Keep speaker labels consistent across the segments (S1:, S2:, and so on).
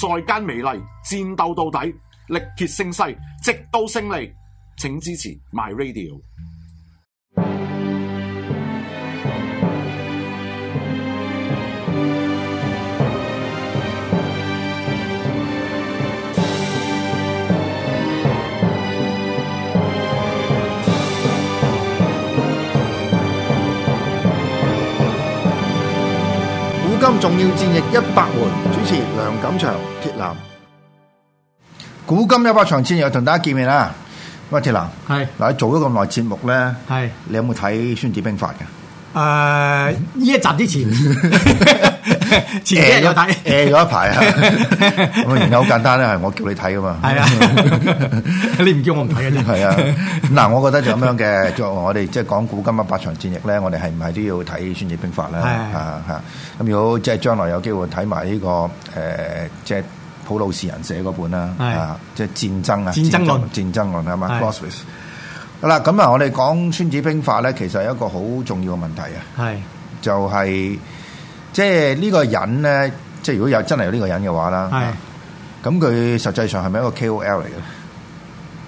S1: 在間美麗，戰鬥到底，力竭勝勢，直到勝利。請支持 My Radio。
S2: 古今重要戰役一百回，主持梁錦祥、鐵男。古今一百場戰役又同大家見面啦。喂，鐵男，
S3: 係
S2: 嗱，你做咗咁耐節目咧，
S3: 係
S2: 你有冇睇《孫子兵法》嘅？
S3: 誒呃呢一集之 前，前幾日有睇，
S2: 誒咗一排 啊！咁啊原因好簡單咧，係我叫你睇噶嘛。
S3: 係啊， 你唔叫我唔睇嘅啫。
S2: 係啊， 咁嗱，我覺得就咁樣嘅， 作為我哋即係講古今一百場戰役咧，我哋係唔係都要睇《孫子兵法》啦？
S3: 係
S2: 啊嚇，咁如果即係將來有機會睇埋呢個誒，即係普魯士人寫嗰本啦，
S3: 係
S2: 啊，即係戰爭啊，
S3: 戰爭論
S2: 戰爭論係嘛
S3: 係
S2: ，Clausewitz。好啦，咁啊，我哋講《孫子兵法》咧，其實有一個好重要嘅問題啊，
S3: 係
S2: 就係即係呢個人咧，即係如果有真係有呢個人嘅話
S3: 係
S2: 啦，咁佢實際上係咪一個 KOL 嚟嘅？
S3: 誒，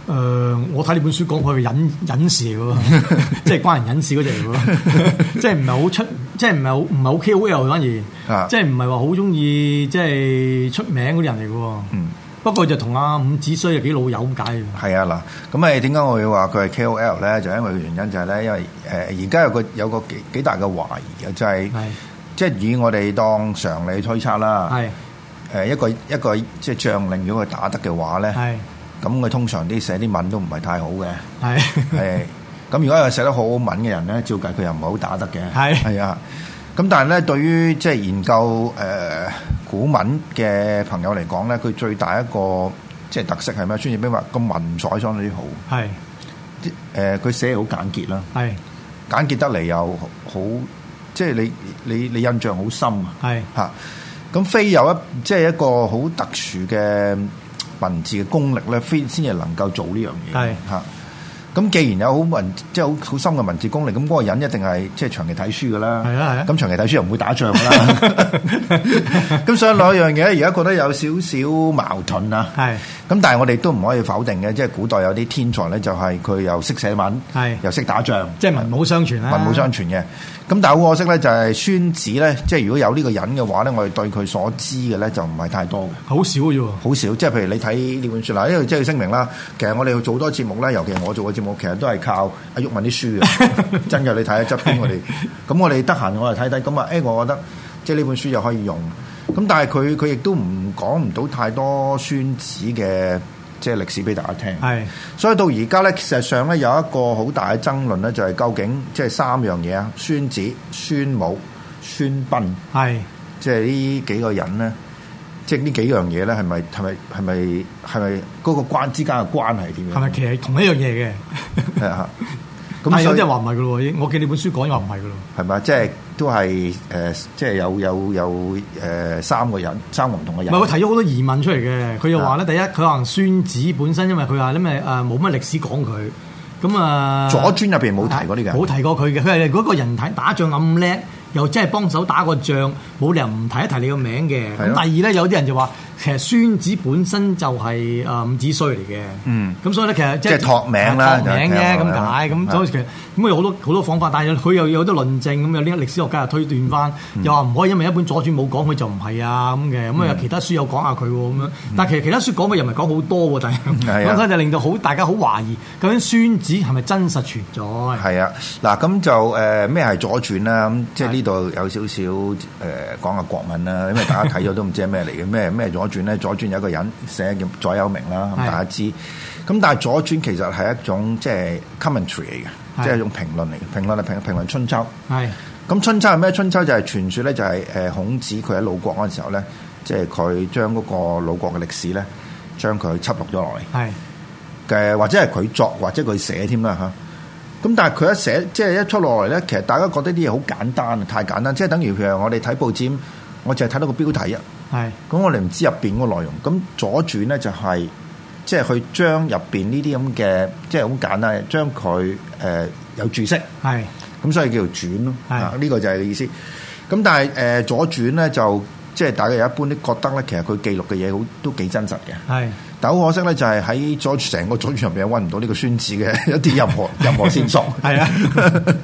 S3: 呃我睇呢本書講佢係隱隱事嚟嘅 喎，啊即係關人隱事嗰隻嚟嘅喎，即係唔係好出，即係唔係好唔係好 KOL 反
S2: 啊
S3: 而，即係唔係話好中意即係出名嗰啲人嚟嘅喎。
S2: 嗯
S3: 不過就同阿伍子胥係幾老友咁解嘅。
S2: 係啊，嗱，咁誒點解我會話佢係 KOL 咧？就因為佢原因就係咧，因為誒而家有個有個幾幾大嘅懷疑嘅，啊就係、
S3: 係
S2: 即係以我哋當常理推測啦。
S3: 係
S2: 誒一個一個即係將領，如果佢打得嘅話咧，
S3: 係
S2: 咁佢通常啲寫啲文都唔係太好嘅。
S3: 係
S2: 係咁，如果有寫得好好文嘅人咧，照計佢又唔係好打得嘅。
S3: 係
S2: 係啊，咁但係咧，對於即係研究誒、呃古文嘅朋友嚟講咧，佢最大一個即係特色係咩？孫子兵法個文采相當之好。
S3: 係
S2: 啲誒佢寫好簡潔啦，
S3: 係
S2: 簡潔得嚟又好好，即係你你你印象好深啊
S3: 係
S2: 嚇。咁非有一即係一個好特殊嘅文字嘅功力咧，非先至能夠做呢樣嘢
S3: 係
S2: 嚇。咁既然有好文，即係好好深嘅文字功力，咁嗰個人一定係即係長期睇書噶啦。
S3: 係啊係啊
S2: 咁長期睇書又唔會打仗 㗎啦。咁所以兩樣嘢，而家覺得有少少矛盾啊。
S3: 係
S2: 咁但係我哋都唔可以否定嘅，即係古代有啲天才咧，就係佢又識寫文
S3: 係，
S2: 又識打仗，
S3: 即係文武相傳啦。
S2: 文武相傳嘅。咁但係好可惜咧，就係孫子咧，即係如果有呢個人嘅話咧，我哋對佢所知嘅咧就唔係太多嘅。
S3: 好少嘅啫喎。
S2: 好少，即係譬如你睇呢本書啦，因為即係要聲明啦，其實我哋做好多節目咧，尤其係我做嘅節目，其實都係靠阿鬱文啲書嘅，真嘅，你睇下側邊我哋，咁我哋得閒我哋睇睇，咁啊，誒，我覺得即係呢本書又可以用，咁但係佢佢亦都唔講唔到太多孫子嘅即係歷史俾大家聽，
S3: 係
S2: 所以到而家咧，事實上咧有一個好大嘅爭論咧，就係究竟即係三樣嘢啊，孫子、孫武、孫臏。
S3: 係
S2: 即係呢幾個人咧，即係呢幾樣嘢咧，係咪係咪係咪係咪嗰個關之間嘅關係點樣？
S3: 係咪其實同一樣嘢嘅？
S2: 係 啊？
S3: 咁但
S2: 咁
S3: 係有
S2: 所
S3: 啲
S2: 以
S3: 人話唔係嘅咯喎，我見你本書講又話唔係嘅咯。
S2: 係咪即係都係誒，即係有有有誒、三個人，三個唔同嘅
S3: 唔
S2: 人。
S3: 係，我提咗好多疑問出嚟嘅。佢又話咧，第一佢可能孫子本身，因為佢話咧咩誒冇乜歷史講佢，咁啊
S2: 左傳入邊冇提過呢個人
S3: 冇提過佢嘅。佢係嗰個人睇打仗咁叻，又真係幫手打個仗，冇理由唔提一提你個名嘅。
S2: 係
S3: 咁
S2: 咯
S3: 第二咧，有啲人就話其實孫子本身就係呃誒伍子胥嚟嘅。
S2: 嗯，
S3: 咁所以咧，其實即
S2: 即係託名啦
S3: 託名
S2: 就係
S3: 嘅
S2: 聽落
S3: 咁
S2: 嚟啦
S3: 解
S2: 係
S3: 咁，所以其實咁有好多好多方法，但係佢又有啲論證咁，有啲歷史學家又推斷翻，
S2: 嗯
S3: 又話唔可以因為一本左傳冇講佢就唔係啊咁嘅，咁啊有其他書有講下佢喎咁樣，但係其實其他書講佢又唔係講好多喎，但係
S2: 嗯係啊
S3: 咁所以就令到好大家好懷疑究竟孫子係咪真實存在？
S2: 係啊，嗱咁就誒咩係左傳啦？咁即係呢度有少少誒講下國文啦，因為大家睇咗都唔知係咩嚟嘅， 咩咩左傳咧？左傳有一個人寫叫左丘明啦，咁
S3: 係
S2: 大家知。咁但係左傳其實係一種即係 commentary 嚟嘅，
S3: 係
S2: 即係一種評論嚟嘅，評論係評評論春秋。
S3: 係
S2: 咁春秋係咩？春秋就係呃傳說咧，就係誒孔子佢喺魯國嗰陣時候咧，即係佢將嗰個魯國嘅歷史咧，將佢輯錄咗落嚟。
S3: 係
S2: 嘅，或者係佢作，或者佢寫添啦吓，咁但係佢一寫，即係一出落嚟咧，其實大家覺得啲嘢好簡單，太簡單，即係等於譬如我哋睇報紙，我淨係睇到個標題啊，
S3: 係
S2: 咁我哋唔知入邊嗰個內容。咁左轉咧就係、即係佢將入邊呢啲咁嘅，即係好簡單嘅，將佢誒、呃有注釋。
S3: 係
S2: 咁所以叫做轉咯。
S3: 係
S2: 啊，呢個就係意思。咁但係誒、呃左轉咧就即係大家有一般都覺得咧，其實佢記錄嘅嘢好都幾真實嘅。
S3: 係
S2: 但好可惜咧，就係喺左成個左傳入邊揾唔到呢個孫子嘅 一啲任 何任何線索。
S3: 係啊，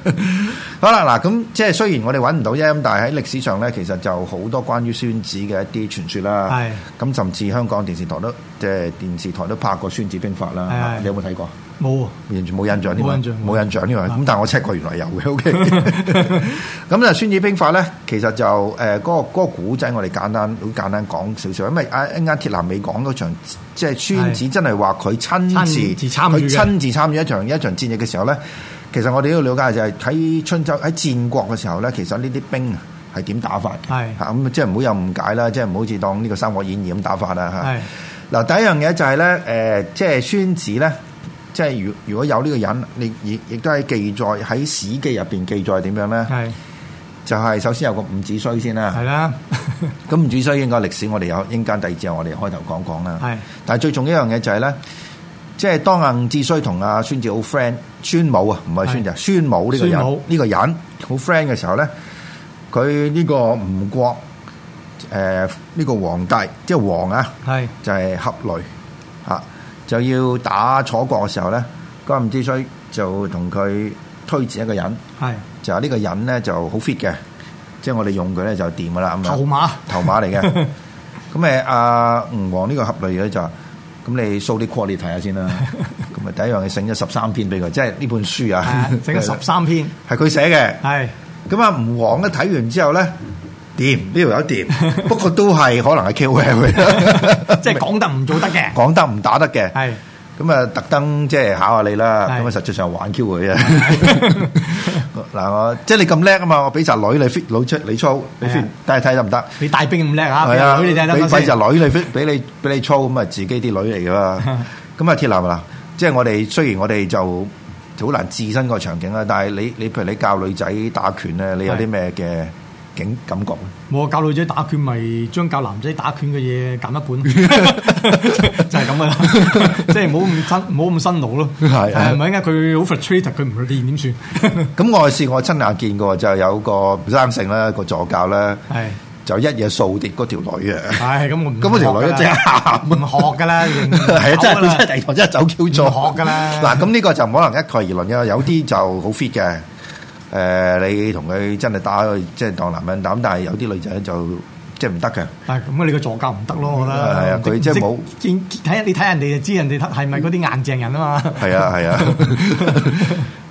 S2: 好啦，嗱咁即係雖然我哋揾唔到啫，咁但係喺歷史上咧，其實就好多關於孫子嘅一啲傳說啦。
S3: 係
S2: 咁，甚至香港電視台都即係電視台都拍過《孫子兵法》
S3: 係
S2: 啦
S3: 係。
S2: 你有冇睇過？
S3: 冇啊
S2: 完全冇印象添
S3: 冇
S2: 啊
S3: 印象，
S2: 冇印象添啊！咁但係我 check 過，原來有嘅。OK，咁啊，《孫子兵法》咧，其實就誒嗰、個嗰、個古仔，我哋簡單好簡單講少少，因為啊一陣間鐵男美講嗰場，即係孫子真係話佢親自
S3: 親自參與
S2: 佢
S3: 嘅
S2: 親自參與一場一場戰役嘅時候咧，其實我哋都要了解就係喺春秋喺戰國嘅時候咧，其實呢啲兵啊係點打法嘅
S3: 係
S2: 嚇咁即係唔好有誤解啦，即係唔好似當呢個《三國演義》咁打法啊啦嚇。
S3: 係
S2: 嗱，第一樣嘢就係、咧，誒、即係孫子咧，即係如如果有呢個人，你亦亦都喺記載喺史記入邊記載點樣咧？
S3: 係
S2: 就係首先有個伍子胥先啦
S3: 係。啦，
S2: 咁伍子胥應該歷史我哋有應間第二節我哋開頭講講啦。
S3: 係
S2: 但係最重要一樣嘢就係、咧，即係當阿伍子胥同阿孫子好 friend，孫武啊，唔係孫
S3: 係
S2: 子，孫武呢個
S3: 孫
S2: 人
S3: 武
S2: 呢個人好 friend 嘅時候咧，佢呢個吳國呃誒呢、個皇帝即係王啊。
S3: 係
S2: 就係合雷啊，就要打楚國嘅時候咧，咁伍子胥就同佢推薦一個人，
S3: 係
S2: 就係呢個人咧就好 fit 嘅，即係我哋用佢咧就掂噶啦咁
S3: 頭
S2: 樣，
S3: 馬
S2: 頭馬嚟 嘅。咁誒阿吳王呢個合雷咧就話咁你 show 啲 quality 睇下先 啦。咁啊第一樣嘢整咗十三篇俾佢，即係呢本書
S3: 係
S2: 啊
S3: 啊，整 咗十三篇
S2: 係佢寫嘅。
S3: 係
S2: 咁啊，吳王咧睇完之後咧，掂呢度有 掂，不過都係可能係 KOL 嘅，
S3: 即係講得唔做 得嘅
S2: 講得唔打得嘅。
S3: 係
S2: 咁啊，特登即係考下你啦，
S3: 係
S2: 咁啊，實際上玩 Q 佢啫。嗱，我即係你咁叻啊嘛，我俾隻女你 fit 老出你操，你
S3: 係
S2: fit
S3: 啊
S2: 睇下睇得唔得？
S3: 你大兵咁叻啊，
S2: 係啊，
S3: 俾
S2: 俾
S3: 你睇
S2: 俾
S3: 得
S2: 隻
S3: 先
S2: 女你 fit 俾你俾你操，咁啊自己啲女 嚟噶嘛。咁啊，鐵男啊，即係我哋雖然我哋就好難置身個場景啦，但係你你譬如你教女仔打拳咧，你有啲咩嘅景感覺咧？
S3: 我教女仔打拳咪將教男仔打拳嘅嘢減一 半，就係咁噶啦，即係唔好咁辛唔好咁辛勞咯。
S2: 係
S3: 係咪？因解佢好 frustrated，佢唔去練點算？
S2: 咁我試過親眼見過，就有個生性啦，個助教啦，
S3: 係
S2: 就一嘢掃跌嗰條女啊！
S3: 係咁，我唔
S2: 咁嗰條女一
S3: 學㗎啦
S2: 即刻喊
S3: 唔學噶啦，認
S2: 係啊，真
S3: 走㗎啦
S2: 係真係地堂真係走 Q 咗，
S3: 唔學㗎啦
S2: 嗱，咁呢個就唔可能一概而論嘅，有啲就好 fit 嘅。誒、你同佢真係打，即係當男人打，咁但係有啲女仔就即係唔得嘅。
S3: 但係咁啊你個助教唔得咯，我覺得。
S2: 係啊佢即係冇
S3: 見睇下你睇人哋就知人哋係咪嗰啲硬正人啊嘛。
S2: 係啊，係啊。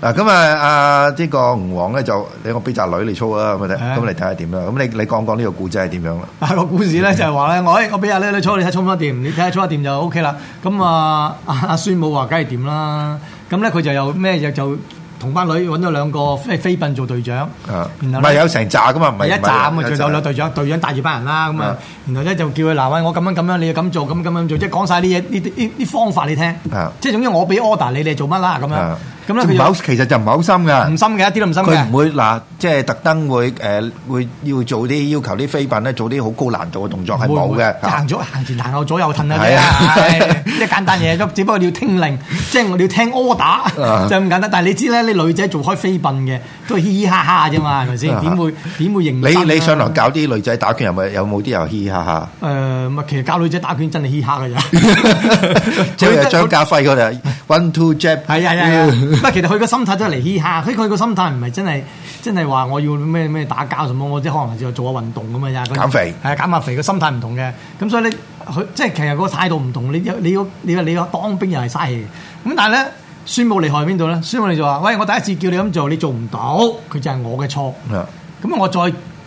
S2: 嗱，咁啊，啊呢個吳王咧就你我俾扎女你操啊，咁啊
S3: 係啊
S2: 咁你睇下點啦。咁你你講講呢個故仔係點樣啦？
S3: 啊個故事咧就係話咧，我誒我俾阿女女初你睇沖花掂，你睇下沖花掂就 O K 啦。咁啊阿阿孫武話梗係掂啦。咁咧佢就有咩就就同班女揾咗兩個飛飛奔做隊長，
S2: 啊，
S3: 然後
S2: 唔
S3: 呢
S2: 係有成扎噶嘛？唔
S3: 第
S2: 係
S3: 一站啊，就有兩
S2: 對。
S3: 隊長，隊長帶住班人啦，咁
S2: 啊
S3: 啊，然後咧就叫佢嗱，喂，我咁樣咁樣，你要咁做，咁咁樣做，即係講晒啲嘢，呢啲呢啲方法你聽
S2: 啊，
S3: 即係總之我俾 order 你，你做乜啦咁樣
S2: 啊，，
S3: 咁
S2: 唔
S3: 咧佢
S2: 係好
S3: 就
S2: 其實就唔係好深㗎。
S3: 唔深嘅，一啲都唔深
S2: 佢唔
S3: 嘅，
S2: 會嗱，即係特登會誒會要做啲要求啲飛品咧，做啲好高難度嘅動作係冇嘅
S3: 會行咗行前行後左右褪啊，
S2: 係啊
S3: 唉 即係簡單嘢，只不過你要聽令， 即係我哋要聽
S2: 啊
S3: order 就咁簡單。但係你知咧，啲女仔做開飛奔嘅都係嘻嘻哈哈啫嘛，係咪先？點會點會認真啊
S2: 啊你你上嚟教啲女仔打拳有冇有冇啲又嘻嘻哈哈？
S3: 誒，唔係其實教女仔打拳真係嘻哈嘅咋，
S2: 即係張家輝嗰度 one two jab，
S3: 係啊係啊，唔係其實佢個心態都係嚟嘻哈，佢佢個心態唔係真係真係話我要咩咩打交什麼，我即係可能就做下運動咁嘅咋。佢
S2: 減肥
S3: 係啊減下肥個心態唔同嘅，咁所以咧佢即係其實個態度唔同，你有你要你要你要當兵又係嘥氣嘅，咁但係咧。孫武厲害喺邊度咧？孫武你就話：喂，我第一次叫你咁做，你做唔到，佢就係我嘅錯。
S2: 啊
S3: 咁我再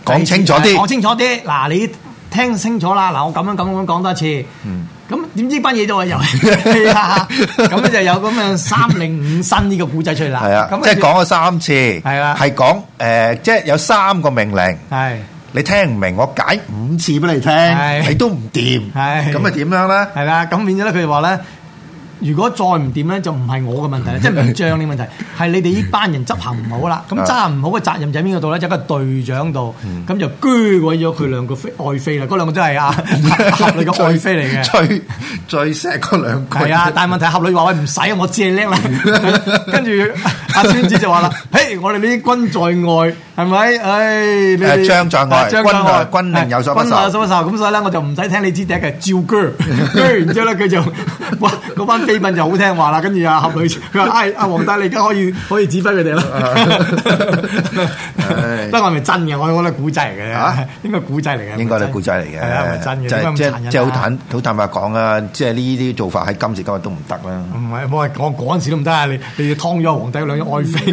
S2: 講清楚啲
S3: 講清楚啲。嗱，你聽清楚啦。嗱，我咁樣咁樣講多一次。
S2: 嗯
S3: 咁點知班嘢就話又 係啊咁就有咁樣三令五申呢個古仔出嚟啦。
S2: 係啊
S3: 咁，
S2: 即係講咗三次，
S3: 係啦
S2: ờ, 係講誒，即係有三個命令，
S3: 係
S2: 你聽唔明，我解五次俾你
S3: 係
S2: 聽，你都唔掂，
S3: 係
S2: 咁咪點樣咧？
S3: 係啦，咁變咗咧，佢哋話咧。如果再唔掂咧，就唔係我嘅 問題啦，即係唔漲呢個問題，係你哋呢班人執行唔好啦。
S2: 啊
S3: 咁執行唔好嘅責任就喺邊個度咧？就喺個隊長度，
S2: 嗯
S3: 咁就鋸鬼咗佢兩個飛愛妃啦。嗰兩個真 係啊俠女嘅愛妃嚟嘅。
S2: 最最錫嗰兩句。
S3: 係啊，但係問題俠女話喂唔使，啊我知你叻啦。跟住阿孫子就話啦：， 嘿，我哋呢啲軍在外，係咪？唉，你哋
S2: 誒將在外
S3: 啊將在外，
S2: 軍內軍令有所不受
S3: 軍內有所不受。咁所以咧，我就唔使聽你支笛嘅，照 鋸。鋸完之後咧，佢就哇嗰班妃嬪就好聽話啦。跟住阿俠女佢話：，唉，阿皇帝你而家可以可以指揮佢哋啦。
S2: 唉
S3: 不過係咪真嘅？我我覺得古仔嚟嘅
S2: 啊，
S3: 應該古仔嚟嘅，
S2: 應該係故仔嚟嘅，
S3: 係啊，係咪真
S2: 就
S3: 嘅？
S2: 係
S3: 點解咁
S2: 即
S3: 殘
S2: 係
S3: 忍
S2: 即係好
S3: 啊
S2: 坦好坦白講啊！即係呢啲做法喺今時今日都唔得啦。
S3: 唔係，我係講嗰陣時都唔得啊！你你劏咗皇帝兩 隻愛妃，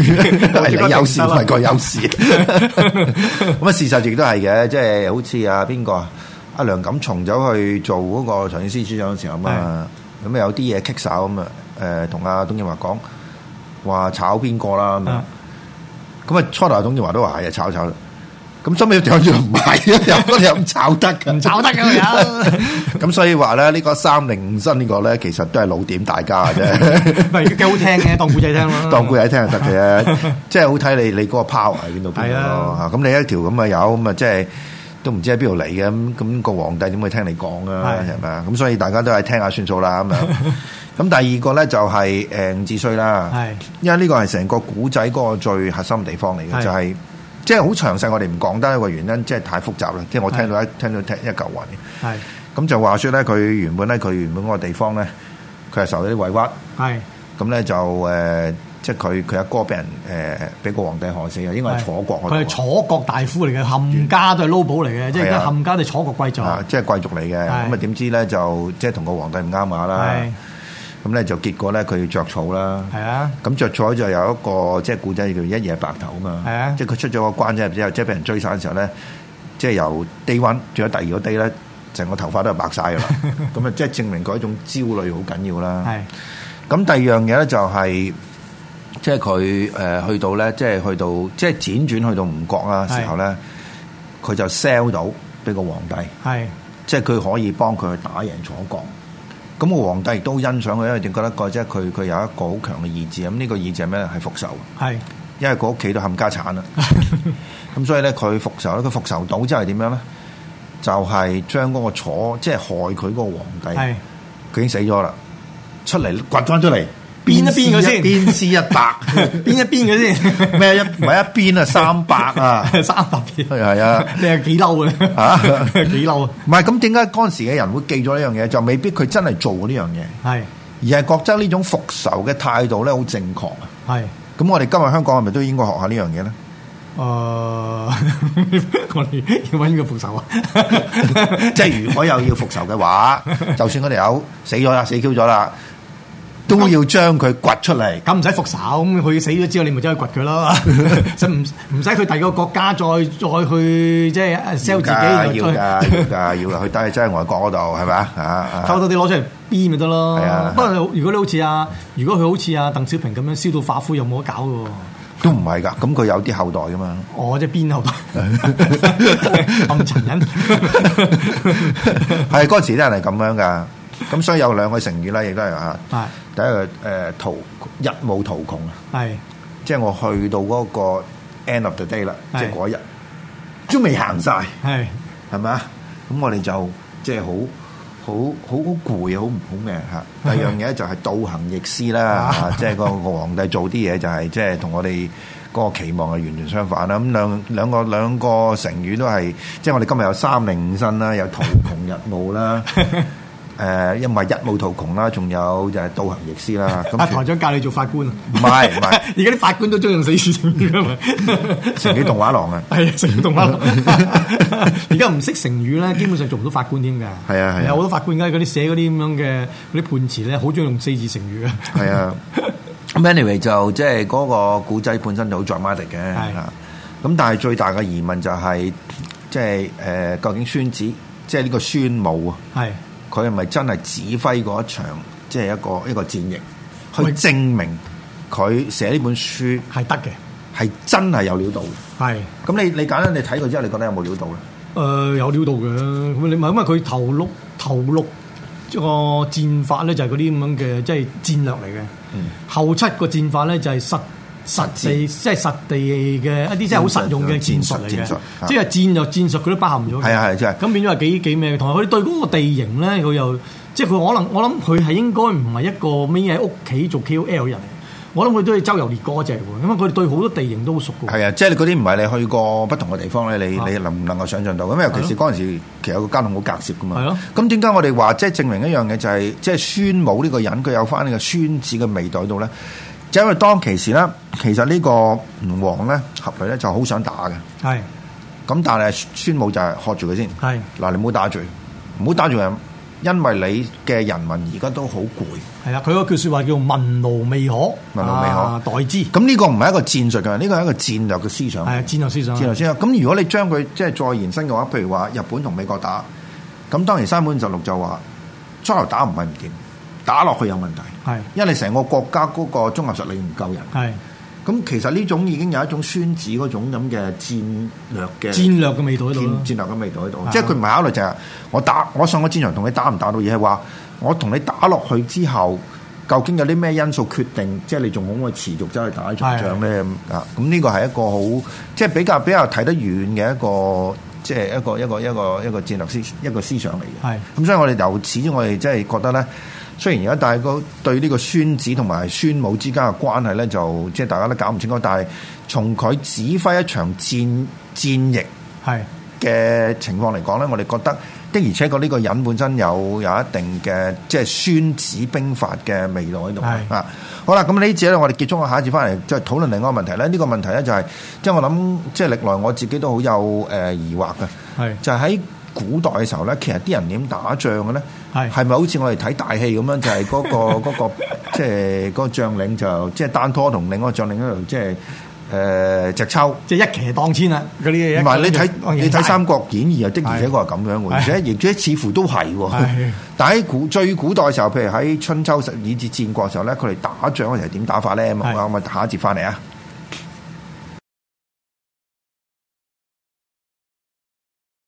S2: 係你有事，唔係
S3: 係
S2: 佢有事。咁啊，事實亦都係嘅，即係好似啊邊個啊，阿梁錦松走去做嗰個財政司司長嘅時候啊嘛，咁啊有啲嘢棘手咁啊，誒同阿董建華講話炒邊個啦咁樣
S3: 啊。
S2: 咁啊初頭阿董建華都話係啊炒炒啦，咁收尾掉咗唔 係啊，又又唔炒得㗎，
S3: 唔炒得㗎 有
S2: 咁所以話咧，呢個三零五新呢個咧，其實都係老點大家 嘅啫。
S3: 咪幾好聽嘅，當古仔聽咯。
S2: 當故仔聽就 得嘅，即係好睇你你嗰個 power 喺邊度邊度
S3: 係
S2: 咯
S3: 啊
S2: 嚇。咁你一條咁嘅有咁啊，即係都唔知喺邊度嚟嘅。咁咁個皇帝點會聽你講啊？
S3: 係
S2: 係咪啊？咁所以大家都係聽下算數啦 咁樣。咁第二個咧就係誒伍子胥啦，
S3: 係
S2: 因為呢個係成個古仔嗰個最核心地方嚟嘅，
S3: 係
S2: 就係即係好詳細，我哋唔講得一個原因，即係太複雜啦。即係我聽到一聽到聽一嚿雲。
S3: 係
S2: 咁就話說咧，佢原本咧，佢原本嗰個地方咧，佢係受咗啲委屈。
S3: 係
S2: 咁咧就誒、呃即係佢佢阿哥俾人誒俾、個皇帝害死啊嘅，應該係楚國嗰度
S3: 佢係楚國大夫嚟嘅，冚家都係撈寶嚟嘅，即係而
S2: 係
S3: 家
S2: 啊
S3: 冚家都係楚國貴族。
S2: 啊，即係貴族嚟嘅。
S3: 係
S2: 咁啊點知咧就即係同個皇帝唔啱話啦
S3: 係。
S2: 咁咧就結果咧佢着草啦。
S3: 係啊，
S2: 咁着草就有一個即係古仔叫一夜白頭啊嘛。
S3: 係啊
S2: 即係佢出咗個關啫之後，即係俾人追殺嘅時候咧，即係由低温仲有第二個低咧，成個頭髮都係白晒㗎 啦。咁啊，即係證明佢一種焦慮好緊要啦。
S3: 係
S2: 咁第二樣嘢咧就係、即係佢誒去到咧，即係去到即係輾轉去到吳國啦
S3: 係
S2: 時候咧，佢就 sell 到俾個皇帝，
S3: 係
S2: 即係佢可以幫佢去打贏楚國。咁個皇帝亦都欣賞佢，因為點覺得個即係佢佢有一個好強嘅意志。咁呢個意志係咩咧？係復仇，
S3: 係
S2: 因為佢屋企都冚家 產啦。啊咁所以咧，佢復仇咧，佢復仇到之後係點樣咧？就係、將嗰個楚，即係害佢嗰個皇帝
S3: 係。
S2: 佢已經死咗啦，出嚟掘翻出嚟，
S3: 邊一邊佢先
S2: 邊屍一 百，
S3: 邊一邊嘅先？
S2: 咩一唔係一邊啊，三百啊，
S3: 三百邊
S2: 係啊
S3: 你係幾嬲
S2: 啊
S3: 嘅？幾嬲啊？
S2: 唔係咁點解嗰陣時嘅人會記咗呢樣嘢？就未必佢真係做呢樣嘢，
S3: 係
S2: 而係覺得呢種復仇嘅態度咧好正確啊！
S3: 係。
S2: 咁我哋今日香港係咪都應該學下呢樣嘢 咧？
S3: 誒， 我哋要揾個復仇啊！
S2: 即係如果有要復仇嘅 話，就算嗰條友死咗啦，死 Q 咗啦，都要將佢掘出 嚟。
S3: 咁唔使復仇，咁佢死咗之後，你咪走去掘佢 咯，就唔唔使佢第二個國家再再去即係 sell 自己，
S2: 要㗎，要
S3: 然後再
S2: 㗎，要㗎，要去低真係外國嗰度係咪啊？啊
S3: 偷偷哋攞出嚟編咪得咯
S2: 係啊。
S3: 不過如果你好似啊，如果佢好似啊鄧小平咁樣燒到化灰，又冇得搞嘅喎。
S2: 都唔係㗎，咁佢有啲後代㗎嘛。
S3: 我即係邊後代咁殘忍，
S2: 係嗰陣時啲人係咁樣㗎，咁所以有兩個成語啦，亦都係啊。
S3: 係
S2: 第一個誒、呃途日冇途窮啊，
S3: 係
S2: 即係我去到嗰個 end of the day 啦，即
S3: 係
S2: 係嗰一日都未行晒，
S3: 係
S2: 係咪啊？咁我哋就即係好。好好好攰啊，好唔好嘅嚇。第二樣嘢就係倒行逆施啦，嚇即係個個皇帝做啲嘢就係即係同我哋嗰個期望係完全相反啦。咁兩兩個兩個成語都係，即係我哋今日有三令五申啦，有途窮日暮啦，誒，因為日暮途窮啦，仲有就係倒行逆施啦。
S3: 阿
S2: 咁
S3: 啊台長教你做法 官啊？
S2: 唔係唔係
S3: 而家啲法官都中意用死字成語㗎嘛？
S2: 成語動畫廊啊！
S3: 係啊，成語動畫。 而家唔識成語咧，基本上做唔到法官添㗎。
S2: 係啊係啊
S3: 有好多法官而家嗰啲寫嗰啲咁樣嘅嗰啲判詞咧，好中意用四字成語啊。
S2: 係啊。咁 anyway 就即係嗰個古仔本身就好 dramatic 嘅
S3: 係
S2: 嚇咁但係最大嘅疑問就係、即係誒、呃究竟孫子即係呢個孫武啊，
S3: 係
S2: 佢係咪真係指揮過一場即係一個一個戰役，去
S3: 喂
S2: 證明佢寫呢本書
S3: 係得嘅，
S2: 係真係有料到嘅？
S3: 係
S2: 咁你你簡單你睇過之後，你覺得有冇料到咧？
S3: 誒、有料到嘅，咁你咪因為佢頭六頭六個戰法咧就係嗰啲咁樣嘅即係戰略嚟嘅，
S2: 嗯
S3: 後七個戰法咧就係實實地即係實地嘅一啲即係好實用嘅戰術嚟
S2: 戰術
S3: 嘅
S2: 啊，
S3: 即係戰略戰術佢都包含咗嘅。
S2: 係啊係真係
S3: 咁變咗係幾幾咩嘅？同埋佢對嗰個地形咧，佢又即係佢可能我諗佢係應該唔係一個咩喺屋企做 KOL 嘅人嚟。我諗佢都係周遊列國嗰只喎，因為佢對好多地形都好熟嘅。
S2: 係啊，即係你嗰啲唔係你去過不同嘅地方咧，你
S3: 啊
S2: 你能唔能夠想像到？咁尤其是嗰陣時，其實有個交通好隔涉噶
S3: 係
S2: 嘛
S3: 咯。
S2: 咁點解我哋話即係證明一樣嘢就係、即係孫武呢個人佢有翻呢個孫子嘅味道喺度咧？就因為當其時咧，其實呢個吳王咧合嚟咧就好想打嘅，
S3: 係
S2: 咁但係孫武就係喝住佢先。
S3: 係
S2: 嗱，你唔好打住，唔好打住人，因為你嘅人民而家都好攰。
S3: 係啦，佢嗰句説話叫民勞未可，
S2: 民勞未可
S3: 啊待之。
S2: 咁呢個唔係一個戰術嘅，呢個係一個戰略嘅思想。
S3: 係啊，戰略思想啊。
S2: 戰略先啦。咁如果你將佢即係再延伸嘅話，譬如話日本同美國打，咁當然山本五十六就話初頭打唔係唔掂，打落去有問題，
S3: 係
S2: 因為你成個國家嗰個綜合實力唔夠人。
S3: 係
S2: 咁其實呢種已經有一種孫子嗰種咁嘅戰略嘅
S3: 戰略嘅味道喺
S2: 戰
S3: 度咯
S2: 戰。略嘅味道喺度
S3: 啊，
S2: 即係佢唔係考慮就係我打我上個戰場同你打唔打到，而係話我同你打落去之後，究竟有啲咩因素決定，即係你仲可唔可以持續走去打呢場仗咧？咁啊，咁呢個係一個好即係比較比較睇得遠嘅一個。即係一個一個一個一個戰略思一個思想嚟嘅
S3: 係，
S2: 咁所以我哋由此我哋即係覺得咧，雖然而家大家個對呢個孫子同埋孫武之間嘅關係咧，就即係大家都搞唔清楚，但係從佢指揮一場戰戰役。
S3: 係
S2: 嘅情況嚟講咧，我哋覺得的而且確呢個人本身有有一定嘅即係孫子兵法嘅味道喺度
S3: 係
S2: 啊。好啦，咁呢節咧，我哋結束我下一節翻嚟，再討論另一個問題咧。呢、個問題咧就係、即係我諗，即係歷來我自己都好有誒、呃疑惑嘅，
S3: 係
S2: 就係喺古代嘅時候咧，其實啲人點打仗嘅咧？
S3: 係
S2: 係咪好似我哋睇大戲咁樣，就係、嗰、 個嗰、個即係嗰個將領就即係單拖同另一個將領喺度即係誒隻抽。
S3: 即係一騎當千啦，嗰啲嘢。
S2: 唔係你睇
S3: 一騎
S2: 你睇《三國演義》啊，的而且確係咁樣喎，
S3: 係
S2: 而且而且似乎都係喎
S3: 係。
S2: 但喺古最古代嘅時候，譬如喺春秋以至戰國嘅時候咧，佢哋打仗嘅時候點打法咧？咁
S3: 係
S2: 我咪下一節翻嚟啊！